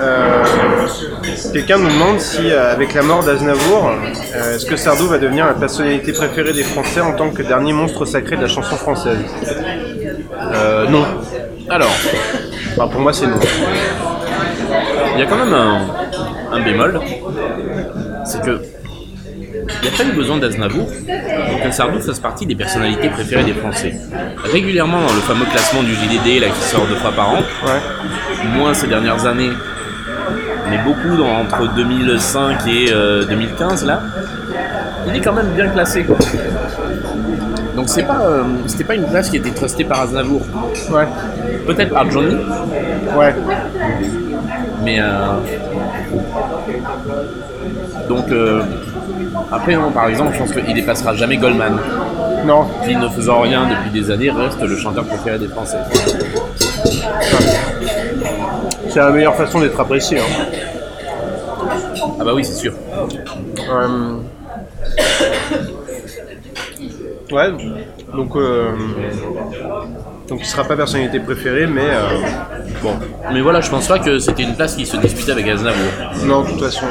euh, quelqu'un nous demande si, euh, avec la mort d'Aznavour, euh, est-ce que Sardou va devenir la personnalité préférée des Français en tant que dernier monstre sacré de la chanson française Euh, Non.
Alors,
Enfin, Bah, pour moi, c'est non.
il y a quand même un, un bémol, c'est que il n'y a pas eu besoin d'Aznavour pour que Sardou fasse partie des personnalités préférées des Français. Régulièrement dans le fameux classement du JDD là, qui sort deux fois par an,
Ouais.
moins ces dernières années, mais beaucoup dans, entre 2005 et euh, 2015 là, il est quand même bien classé. quoi. Donc c'est pas, euh, c'était pas une place qui était trustée par Aznavour.
Ouais.
Peut-être par Johnny,
Ouais.
mais euh, donc euh, après non, par exemple, je pense qu'il dépassera jamais Goldman,
Non.
qui ne faisant rien depuis des années reste le chanteur préféré des Français.
C'est la meilleure façon d'être apprécié. hein.
Ah bah oui, c'est sûr.
Euh, Ouais. Donc, euh, donc il sera pas personnalité préférée, mais euh,
Bon, mais voilà, je pense pas que c'était une place qui se disputait avec Aznavour.
non, de toute façon.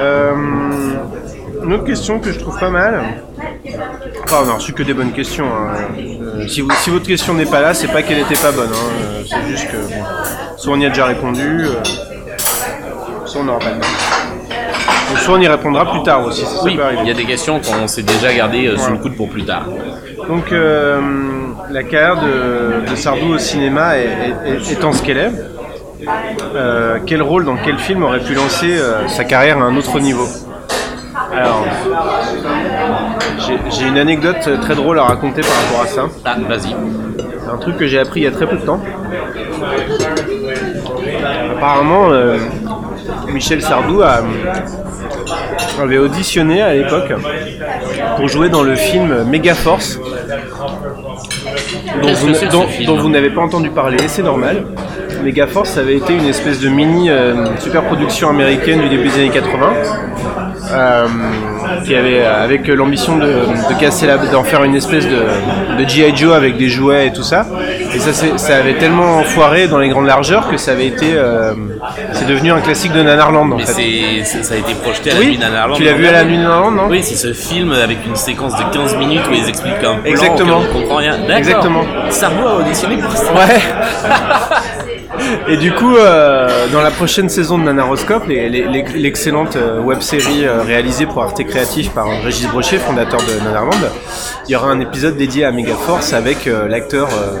Euh, une autre question que je trouve pas mal. Enfin, on a reçu que des bonnes questions. hein. Euh, si, vous- si votre question n'est pas là, c'est pas qu'elle n'était pas bonne. hein. Euh, C'est juste que bon, soit on y a déjà répondu, euh, soit on n'aura pas le temps. Ou soit on y répondra plus tard aussi. Ça, ça
Oui,
peut arriver.
il y a des questions qu'on s'est déjà gardées euh, sous le coude pour plus tard.
Donc euh, la carrière de, de Sardou au cinéma est, est- est- étant ce qu'elle est, euh, quel rôle dans quel film aurait pu lancer euh, sa carrière à un autre niveau Alors, j'ai- j'ai une anecdote très drôle à raconter par rapport à ça.
Ah, vas-y.
C'est un truc que j'ai appris il y a très peu de temps. Apparemment, euh, Michel Sardou a- avait auditionné à l'époque pour jouer dans le film Megaforce, dont
Qu'est-ce
vous,
que
n-
c'est, ce
dont-
film
dont vous n'avez pas entendu parler, et c'est normal. Megaforce avait été une espèce de mini euh, superproduction américaine du début des années 80, euh, qui avait euh, avec l'ambition de, de casser la, d'en faire une espèce de, de GI Joe avec des jouets et tout ça. Et ça, c'est- ça avait tellement foiré dans les grandes largeurs que ça avait été, euh, c'est devenu un classique de Nanarland en
Mais
fait.
c'est, c'est- ça a été projeté à la
Oui,
nuit d'Anarland.
tu l'as vu à la Nuit d'Anarland, non
Oui, c'est ce film avec une séquence de 15 minutes où ils expliquent un plan.
Exactement.
que On comprend rien. D'accord.
Exactement.
Sardou a auditionné pour ça.
Ouais. Et du coup, euh, dans la prochaine saison de Nanaroscope, les- les- les- l'excellente euh, web-série euh, réalisée pour Arte Créatif par Régis Brochet, fondateur de Nanarland, il y aura un épisode dédié à Megaforce avec euh, l'acteur euh,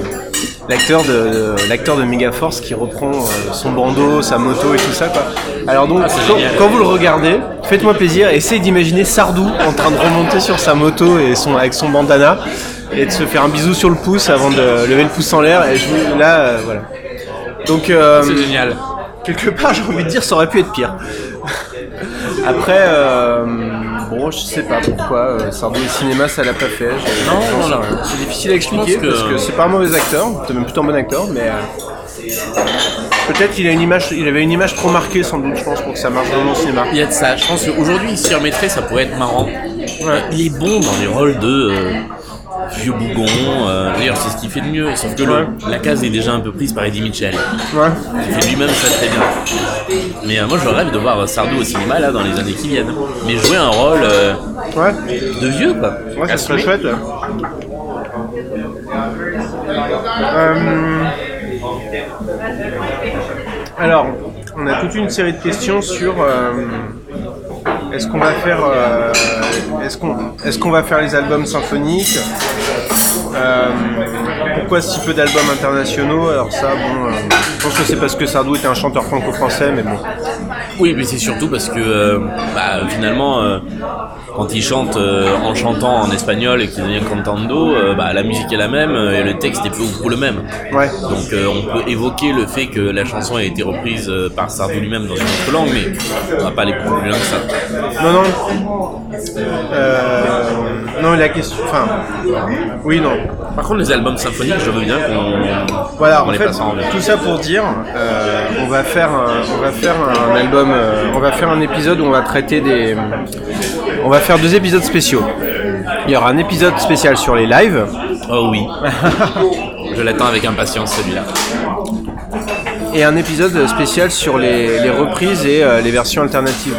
l'acteur de, de- l'acteur de Megaforce qui reprend euh, son bandeau, sa moto et tout ça. Quoi. Alors donc, quand,
génial.
quand vous le regardez, faites-moi plaisir, essayez d'imaginer Sardou en train de remonter sur sa moto et son, avec son bandana et de se faire un bisou sur le pouce avant de lever le pouce en l'air. Et je vous- là, euh, voilà. Donc, euh,
C'est génial.
quelque part, j'ai envie de dire, ça aurait pu être pire. Après, euh, bon, je sais pas pourquoi, euh, Sardou et cinéma, ça l'a pas fait. Je-
Non,
j'en sais
non,
rien.
non.
c'est difficile à expliquer
Je pense que-
parce que c'est pas un mauvais acteur, c'est même plutôt un bon acteur, mais euh, peut-être qu'il a une image, il avait une image trop marquée sans doute, je pense, pour que ça marche vraiment au cinéma.
Il y a de ça. Je pense qu'aujourd'hui, il s'y remettrait, ça pourrait être marrant. Il est bon dans les rôles de euh, vieux bougon. euh, D'ailleurs, c'est ce qu'il fait de mieux. Sauf que le-
Ouais.
la case est déjà un peu prise par Eddie Mitchell.
Ouais.
Il fait lui-même ça très bien. Mais euh, moi, je rêve de voir Sardou au cinéma, là, dans les années qui viennent. Mais jouer un rôle euh,
Ouais.
de vieux, quoi.
Ouais, ça serait
Assumé.
chouette. là. Euh, Alors, on a toute une série de questions sur euh, est-ce qu'on va faire euh, est-ce qu'on est-ce qu'on va faire les albums symphoniques Euh, Pourquoi si peu d'albums internationaux Alors ça, bon, euh, je pense que c'est parce que Sardou était un chanteur franco-français, mais bon.
Oui, mais c'est surtout parce que euh, bah, finalement, euh, quand il chante euh, en chantant en espagnol et qu'il devient cantando, euh, bah, la musique est la même euh, et le texte est peu ou prou le même.
Ouais.
Donc euh, on peut évoquer le fait que la chanson a été reprise euh, par Sardou lui-même dans une autre langue, mais on va pas aller plus loin que ça.
Non, non. Euh, non, la question. Enfin. Oui, non.
Par contre, les albums symphoniques, je veux bien qu'on
Voilà,
qu'on
en
les
fait,
passe en revue.
tout ça pour dire, euh, on va faire, un, on va faire un album, euh, on va faire un épisode où on va traiter des, on va faire deux épisodes spéciaux. Il y aura un épisode spécial sur les lives,
Oh oui. je l'attends avec impatience celui-là.
et un épisode spécial sur les, les reprises et euh, les versions alternatives.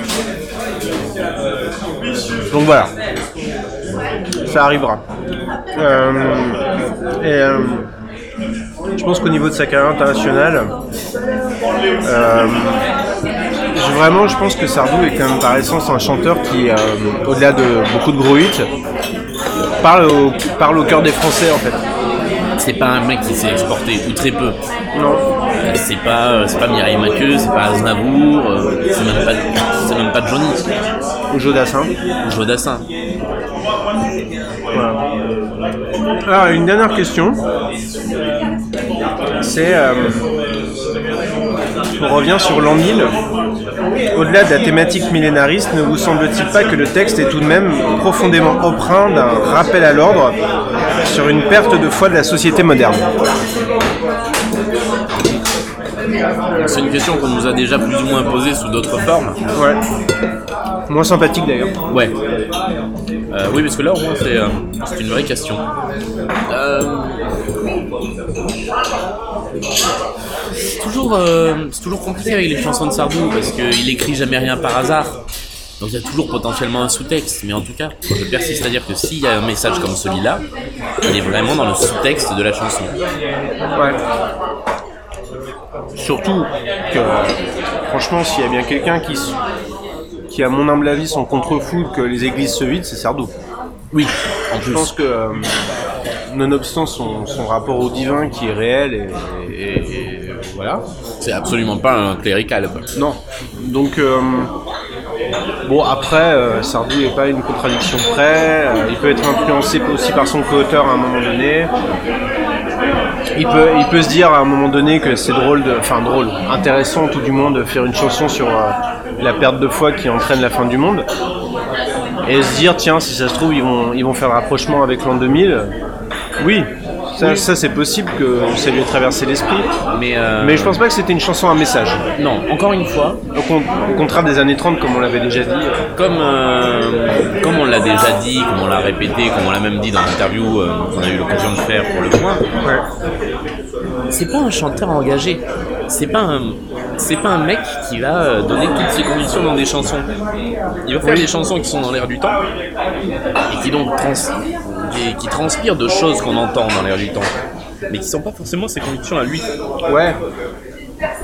Donc voilà, ça arrivera. Euh, et euh, je pense qu'au niveau de sa carrière internationale, euh, je- vraiment, je pense que Sardou est quand même par essence un chanteur qui, euh, au-delà de beaucoup de gros hits, parle au, parle au cœur des Français en fait.
C'est pas un mec qui s'est exporté, ou très peu.
Non.
Euh, C'est pas, euh, c'est pas Mireille Mathieu, c'est pas Aznavour, euh, c'est même pas, c'est même pas Johnny,
Ou Jodassin.
ou Joe Dassin.
Alors, Ah, une dernière question. C'est. euh, on revient sur l'an 1000. Au-delà de la thématique millénariste, ne vous semble-t-il pas que le texte est tout de même profondément empreint d'un rappel à l'ordre sur une perte de foi de la société moderne
C'est une question qu'on nous a déjà plus ou moins posée sous d'autres formes.
Ouais. Moins sympathique d'ailleurs.
Ouais. Euh, oui, parce que là, au moins, c'est euh, c'est une vraie question. Euh, C'est toujours, euh, c'est toujours compliqué avec les chansons de Sardou parce qu'il écrit jamais rien par hasard. Donc il y a toujours potentiellement un sous-texte, mais en tout cas, je persiste à dire que s'il y a un message comme celui-là, il est vraiment dans le sous-texte de la chanson.
Ouais. Surtout que, franchement, s'il y a bien quelqu'un qui, s- qui, à mon humble avis, s'en contrefou que les églises se vident, c'est Sardou.
Oui, en
Je
plus.
pense que, euh, nonobstant son, son rapport au divin qui est réel, et, et- et voilà.
C'est absolument pas un clérical. quoi.
Non. Donc, euh, bon, après, euh, Sardou n'est pas une contradiction près. euh, il peut être influencé aussi par son co-auteur à un moment donné. Il peut, il peut se dire à un moment donné que c'est drôle, de, enfin drôle, intéressant tout du moins de faire une chanson sur euh, la perte de foi qui entraîne la fin du monde. Et se dire, tiens, si ça se trouve, ils vont, ils vont faire le rapprochement avec l'an 2000. Oui, ça, ça, c'est possible que ça lui ait traversé l'esprit.
Mais, euh,
Mais je pense pas que c'était une chanson à message.
Non, encore une fois,
Au, con- au contraire des années 30, comme on l'avait déjà dit. euh,
comme, euh, comme on l'a déjà dit, comme on l'a répété, comme on l'a même dit dans l'interview euh, qu'on a eu l'occasion de faire pour le point, c'est pas un chanteur engagé. C'est pas un, c'est pas un mec qui va euh, donner toutes ses conditions dans des chansons. Il va faire des chansons qui sont dans l'air du temps et qui donc trans- qui, qui transpirent de choses qu'on entend dans l'air du temps, mais qui sont pas forcément ses convictions à lui.
Ouais.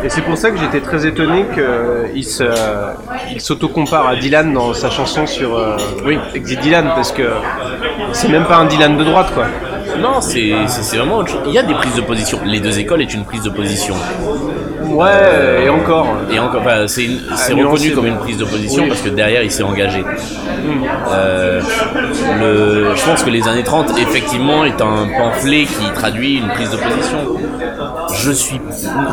Et c'est pour ça que j'étais très étonné qu'il se, il s'auto-compare à Dylan dans sa chanson sur euh,
Oui.
Exit Dylan, parce que c'est même pas un Dylan de droite, quoi.
Non, c'est c'est- c'est vraiment autre chose. Il y a des prises de position. Les deux écoles est une prise de position.
Ouais, et encore.
Et encore, enfin, c'est une- c'est
nuancer,
reconnu comme
Ah, mais-
une prise de position
Oui. Hmm.
parce que derrière il s'est engagé. Euh, le, je pense que les années 30 effectivement est un pamphlet qui traduit une prise de position. Je suis,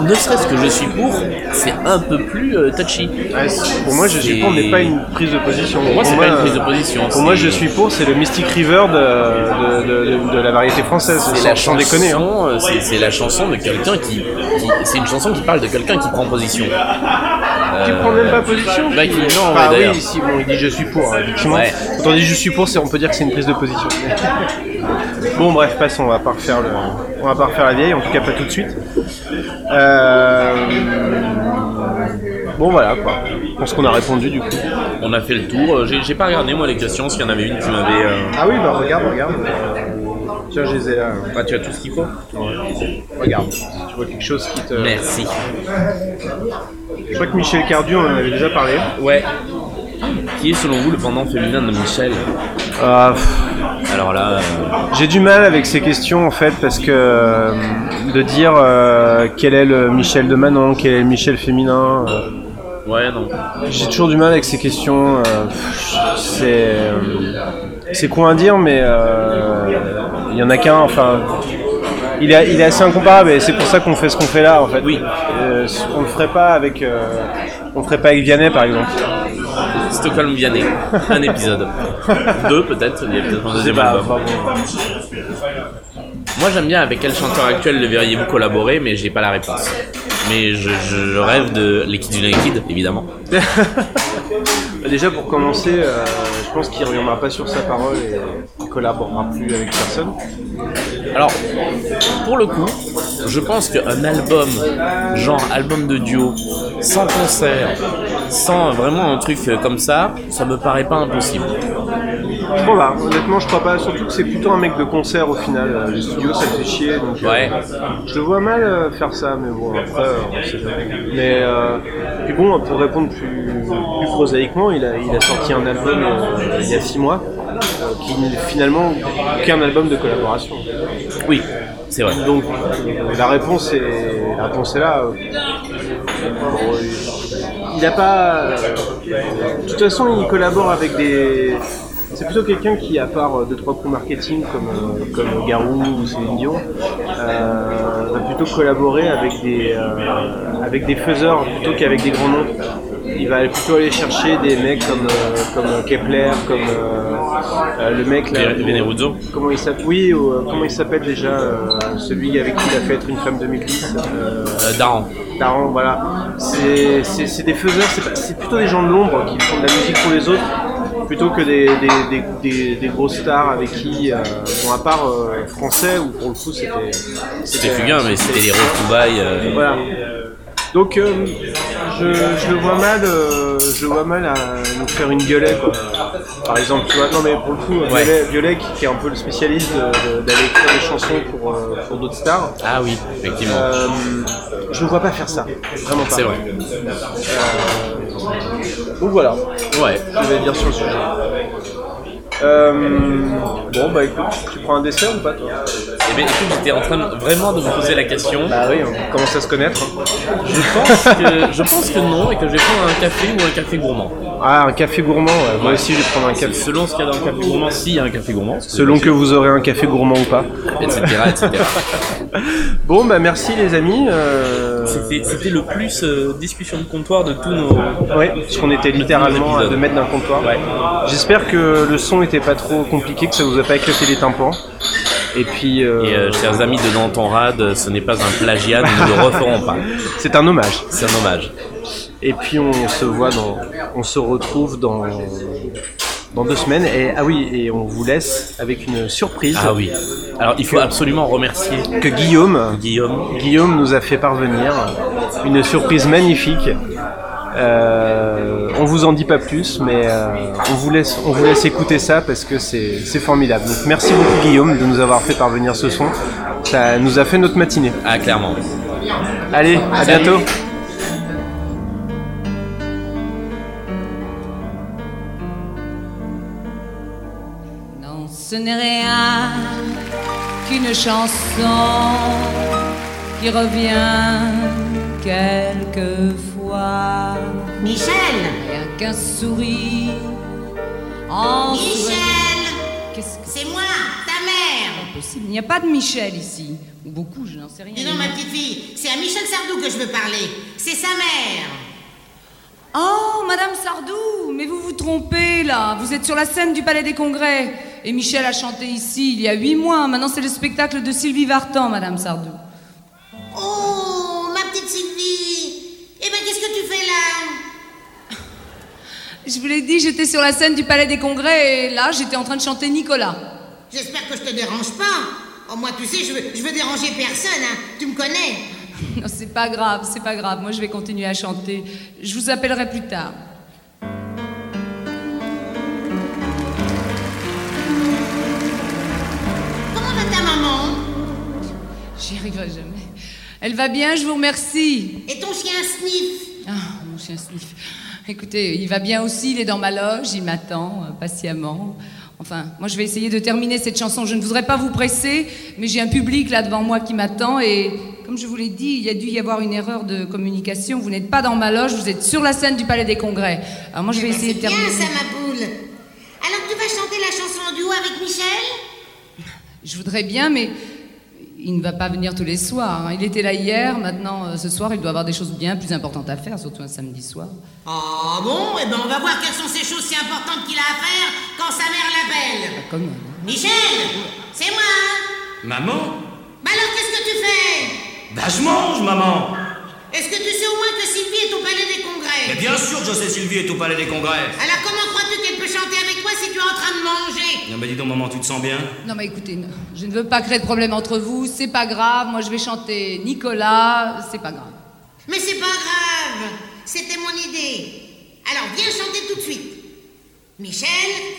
ne serait-ce que je suis pour, c'est un peu plus euh, touchy.
Ouais, c'est- pour moi, je suis
C'est-
pour n'est pas une prise de position. Pour
moi, c'est pas une prise de
euh,
position,
Pour moi,
c'est-
je suis pour, c'est le Mystic River de, de- de- de- de la variété française.
C'est
sans-
la
sans
chanson,
déconner. hein.
euh, c'est- c'est la chanson de quelqu'un qui, qui- c'est une chanson qui parle de quelqu'un qui prend position.
Qui prend même pas position
Euh, Bah, qui- non, ouais,
Ah
d'ailleurs.
oui, si, bon, il dit je suis pour, hein, effectivement.
Ouais.
Quand on dit je suis pour, c'est- on peut dire que c'est une prise de position. bon, bref, passons, on va pas refaire, le... on va pas refaire la vieille, en tout cas pas tout de suite. Euh, Bon, voilà, quoi. Je pense qu'on a répondu du coup.
On a fait le tour. Euh, J'ai j'ai pas regardé moi les questions, s'il y en avait une qui m'avait. euh,
Ah oui, bah regarde, regarde. Tiens, je les ai là.
Ah, tu as tout ce qu'il faut
Regarde, tu vois quelque chose qui te.
Merci.
Je crois que Michel Cardu, on en avait déjà parlé.
Ouais. Qui est selon vous le pendant féminin de Michel
Ah, pff.
Alors là, euh,
J'ai du mal avec ces questions en fait parce que euh, de dire euh, quel est le Michel de Manon, quel est le Michel féminin, euh,
ouais, non.
j'ai toujours du mal avec ces questions. euh, pff, c'est euh, c'est con à dire mais euh, il y en a qu'un. Enfin, il est il est assez incomparable et c'est pour ça qu'on fait ce qu'on fait là en fait.
Oui.
Euh, on le ferait pas avec euh, on le ferait pas avec Vianney par exemple.
Stockholm Vianney, un épisode. Deux peut-être, il y a peut-être un deuxième
Bah,
album. Moi j'aime bien avec quel chanteur actuel le verriez-vous collaborer, mais j'ai pas la réponse. Mais je, je- je rêve de les Kids United, évidemment.
Déjà pour commencer, euh, je pense qu'il reviendra pas sur sa parole et il collaborera plus avec personne.
Alors, pour le coup, je pense qu'un album, genre album de duo, sans concert, sans vraiment un truc euh, comme ça, ça me paraît pas impossible.
Je crois pas, honnêtement je crois pas, surtout que c'est plutôt un mec de concert au final, euh, le studio ça fait chier, donc euh,
Ouais.
je le vois mal euh, faire ça, mais bon après euh, on sait jamais. Mais euh, puis bon, pour répondre plus, plus prosaïquement, il a, il a sorti un album euh, il y a 6 mois, euh, qui n'est finalement qu'un album de collaboration.
Oui, c'est vrai.
Donc euh, la réponse est, la réponse est là. euh. Bon, il- il n'a pas. De toute façon, il collabore avec des. C'est plutôt quelqu'un qui, à part euh, deux trois coups marketing comme euh, comme Garou ou Céline Dion, euh, va plutôt collaborer avec des euh, avec des faiseurs plutôt qu'avec des grands noms. Il va plutôt aller chercher des mecs comme euh, comme Kepler, comme euh, euh, le mec là.
Ven- Veneruzzo
Comment il s'appelle Oui, ou, euh, comment il s'appelle déjà euh, celui avec qui il a fait être une femme 2010 euh,
Euh, Daran.
Daran, voilà. C'est c'est- c'est des faiseurs, c'est pas- c'est plutôt des gens de l'ombre qui font de la musique pour les autres, plutôt que des, des, des, des- des grosses stars avec qui, euh, bon, à part euh, français, ou pour le coup c'était.
C'était fugain, mais c'était les retrouvailles. euh,
Voilà. Donc euh, je, je le vois mal euh, je vois mal à nous faire une gueulette, quoi. Par exemple, tu vois, non mais pour le coup, Violet, Violet, qui- qui est un peu le spécialiste de- de- d'aller écrire des chansons pour, euh, pour d'autres stars,
Ah oui, effectivement.
euh, je ne vois pas faire ça. Vraiment pas.
C'est vrai.
Donc voilà,
Ouais. Eh
je vais dire sur le sujet. Euh, bon bah écoute, tu prends un dessert ou pas toi
Eh bien, écoute, j'étais en train de- vraiment de me poser la question.
Bah oui, on commence à se connaître. hein
Je pense que, je pense que non et que je vais prendre un café ou un café gourmand.
Ah, un café gourmand, ouais. moi
Ouais.
aussi je vais prendre un
Si-
café.
Selon ce qu'il y a dans le café gourmand, s'il y a un café gourmand, parce
Selon que vous aurez un café gourmand ou pas.
etc. etc.
Bon bah merci les amis. euh,
C'était c'était le plus euh, discussion de comptoir de tous nos.
Oui, parce qu'on était littéralement à
épisode.
2 mètres d'un comptoir.
Ouais.
J'espère que le son était pas trop compliqué, que ça vous a pas éclaté les tympans. Et puis, euh,
Et euh, chers amis de Danton Rad, ce n'est pas un plagiat, nous ne le referons pas.
c'est un hommage.
C'est un hommage.
Et puis on se voit dans, on se retrouve dans dans deux semaines. Et ah oui, et on vous laisse avec une surprise
Ah oui. Alors il faut absolument remercier
que Guillaume,
Guillaume.
Guillaume nous a fait parvenir une surprise magnifique. Euh, on vous en dit pas plus, mais euh, on, vous laisse, on vous laisse écouter ça parce que c'est c'est formidable. Donc, merci beaucoup Guillaume de nous avoir fait parvenir ce son. Ça nous a fait notre matinée.
Ah clairement.
Allez, à
Salut.
bientôt.
Non, ce n'est rien qu'une chanson qui revient quelquefois.
Michel
Rien qu'un sourire en
Michel
Qu'est-ce que
C'est moi, ta mère
c'est possible Il n'y a pas de Michel ici. Ou beaucoup, je n'en sais rien.
Dis donc, ma petite fille, c'est à Michel Sardou que je veux parler. C'est sa mère.
Oh, Madame Sardou, mais vous vous trompez là. Vous êtes sur la scène du Palais des Congrès. Et Michel a chanté ici il y a huit mois. Maintenant, c'est le spectacle de Sylvie Vartan, Madame Sardou.
Oh, ma petite Sylvie Eh ben, qu'est-ce que tu fais là
Je vous l'ai dit, j'étais sur la scène du Palais des Congrès et là, j'étais en train de chanter Nicolas.
J'espère que je te dérange pas. Oh, moi, tu sais, je veux, je veux déranger personne, hein. Tu me connais
Non, c'est pas grave, c'est pas grave. Moi, je vais continuer à chanter. Je vous appellerai plus tard.
Comment va ta maman
J'y arriverai jamais. Elle va bien, je vous remercie.
Et ton chien Sniff
Ah, mon chien Sniff. Écoutez, il va bien aussi, il est dans ma loge, il m'attend euh, patiemment. Enfin, moi, je vais essayer de terminer cette chanson. Je ne voudrais pas vous presser, mais j'ai un public là devant moi qui m'attend et. Comme je vous l'ai dit, il y a dû y avoir une erreur de communication. Vous n'êtes pas dans ma loge, vous êtes sur la scène du Palais des Congrès. Alors moi, je vais essayer de
Eh ben, Bien,
terminer.
ça, ma poule. Alors, tu vas chanter la chanson en duo avec Michel
Je voudrais bien, mais il ne va pas venir tous les soirs. hein. Il était là hier, maintenant euh, ce soir, il doit avoir des choses bien plus importantes à faire, surtout un samedi soir.
Ah bon Eh ben on va voir quelles sont ces choses si importantes qu'il a à faire quand sa mère l'appelle.
Comme euh,
Michel C'est moi hein
Maman
Bah alors qu'est-ce que tu fais
Bah je mange, maman
Est-ce que tu sais au moins que Sylvie est au palais des
Mais
congrès
Eh bien sûr que je sais Sylvie est au palais des congrès
Alors comment crois-tu qu'elle peut chanter avec moi si tu es en train de manger
Non, bah dis donc, maman, tu te sens bien
Non, mais écoutez, non, je ne veux pas créer de problème entre vous, c'est pas grave. Moi, je vais chanter Nicolas, c'est pas grave.
Mais c'est pas grave C'était mon idée. Alors viens chanter tout de suite. Michel,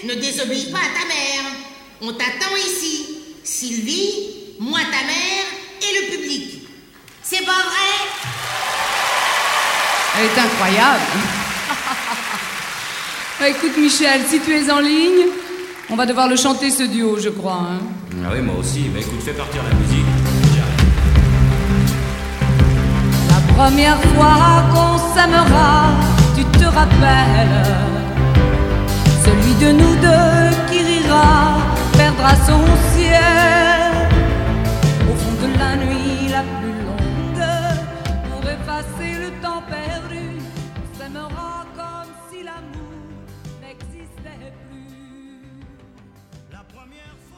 ne désobéis pas à ta mère. On t'attend ici. Sylvie, moi ta mère et le public. C'est pas vrai
Elle est incroyable. Bah, écoute, Michel, si tu es en ligne, on va devoir le chanter ce duo, je crois. hein.
Ah oui, moi aussi. Bah écoute, fais partir la musique.
La première fois qu'on s'aimera, tu te rappelles. Celui de nous deux qui rira perdra son ciel. Au fond de la nuit la plus longue, pour effacer le temps perdu, on s'aimera comme si l'amour n'existait plus.
La première fois